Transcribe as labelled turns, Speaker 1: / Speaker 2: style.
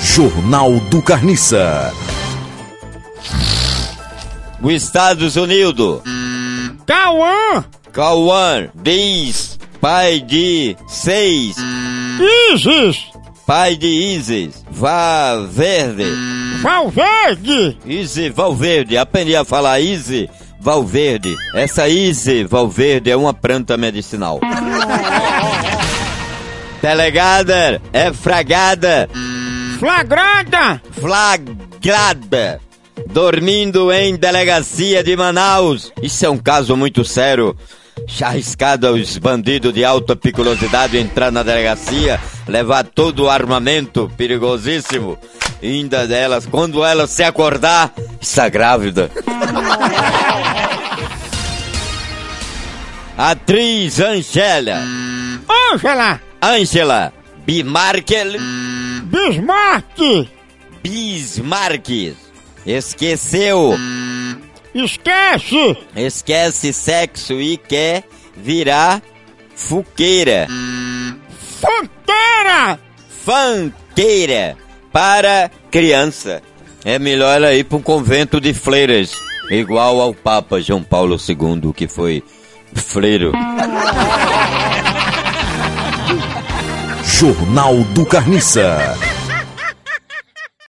Speaker 1: Jornal do Carniça.
Speaker 2: Os Estados Unidos.
Speaker 3: Cauã!
Speaker 2: Cauã diz pai de seis,
Speaker 3: Isis!
Speaker 2: pai de Isis, Valverde.
Speaker 3: Valverde!
Speaker 2: Izzy Valverde, aprendi a falar Izzy Valverde. Essa Izzy Valverde é uma planta medicinal. Delegada, é fragada,
Speaker 3: Flagrada!
Speaker 2: flagrada, dormindo em delegacia de Manaus. Isso é um caso muito sério. Arriscado aos bandidos de alta periculosidade entrar na delegacia, levar todo o armamento perigosíssimo. Ainda delas, quando ela se acordar, está grávida. Atriz Angela,
Speaker 3: Ângela!
Speaker 2: Angela Bimarkel.
Speaker 3: Bismarck!
Speaker 2: Bismarck esqueceu,
Speaker 3: Esquece!
Speaker 2: esquece sexo e quer virar fuqueira,
Speaker 3: Fronteira!
Speaker 2: fanqueira para criança. É melhor ela ir para um convento de freiras, igual ao Papa João Paulo II, que foi freiro.
Speaker 1: Jornal do Carniça.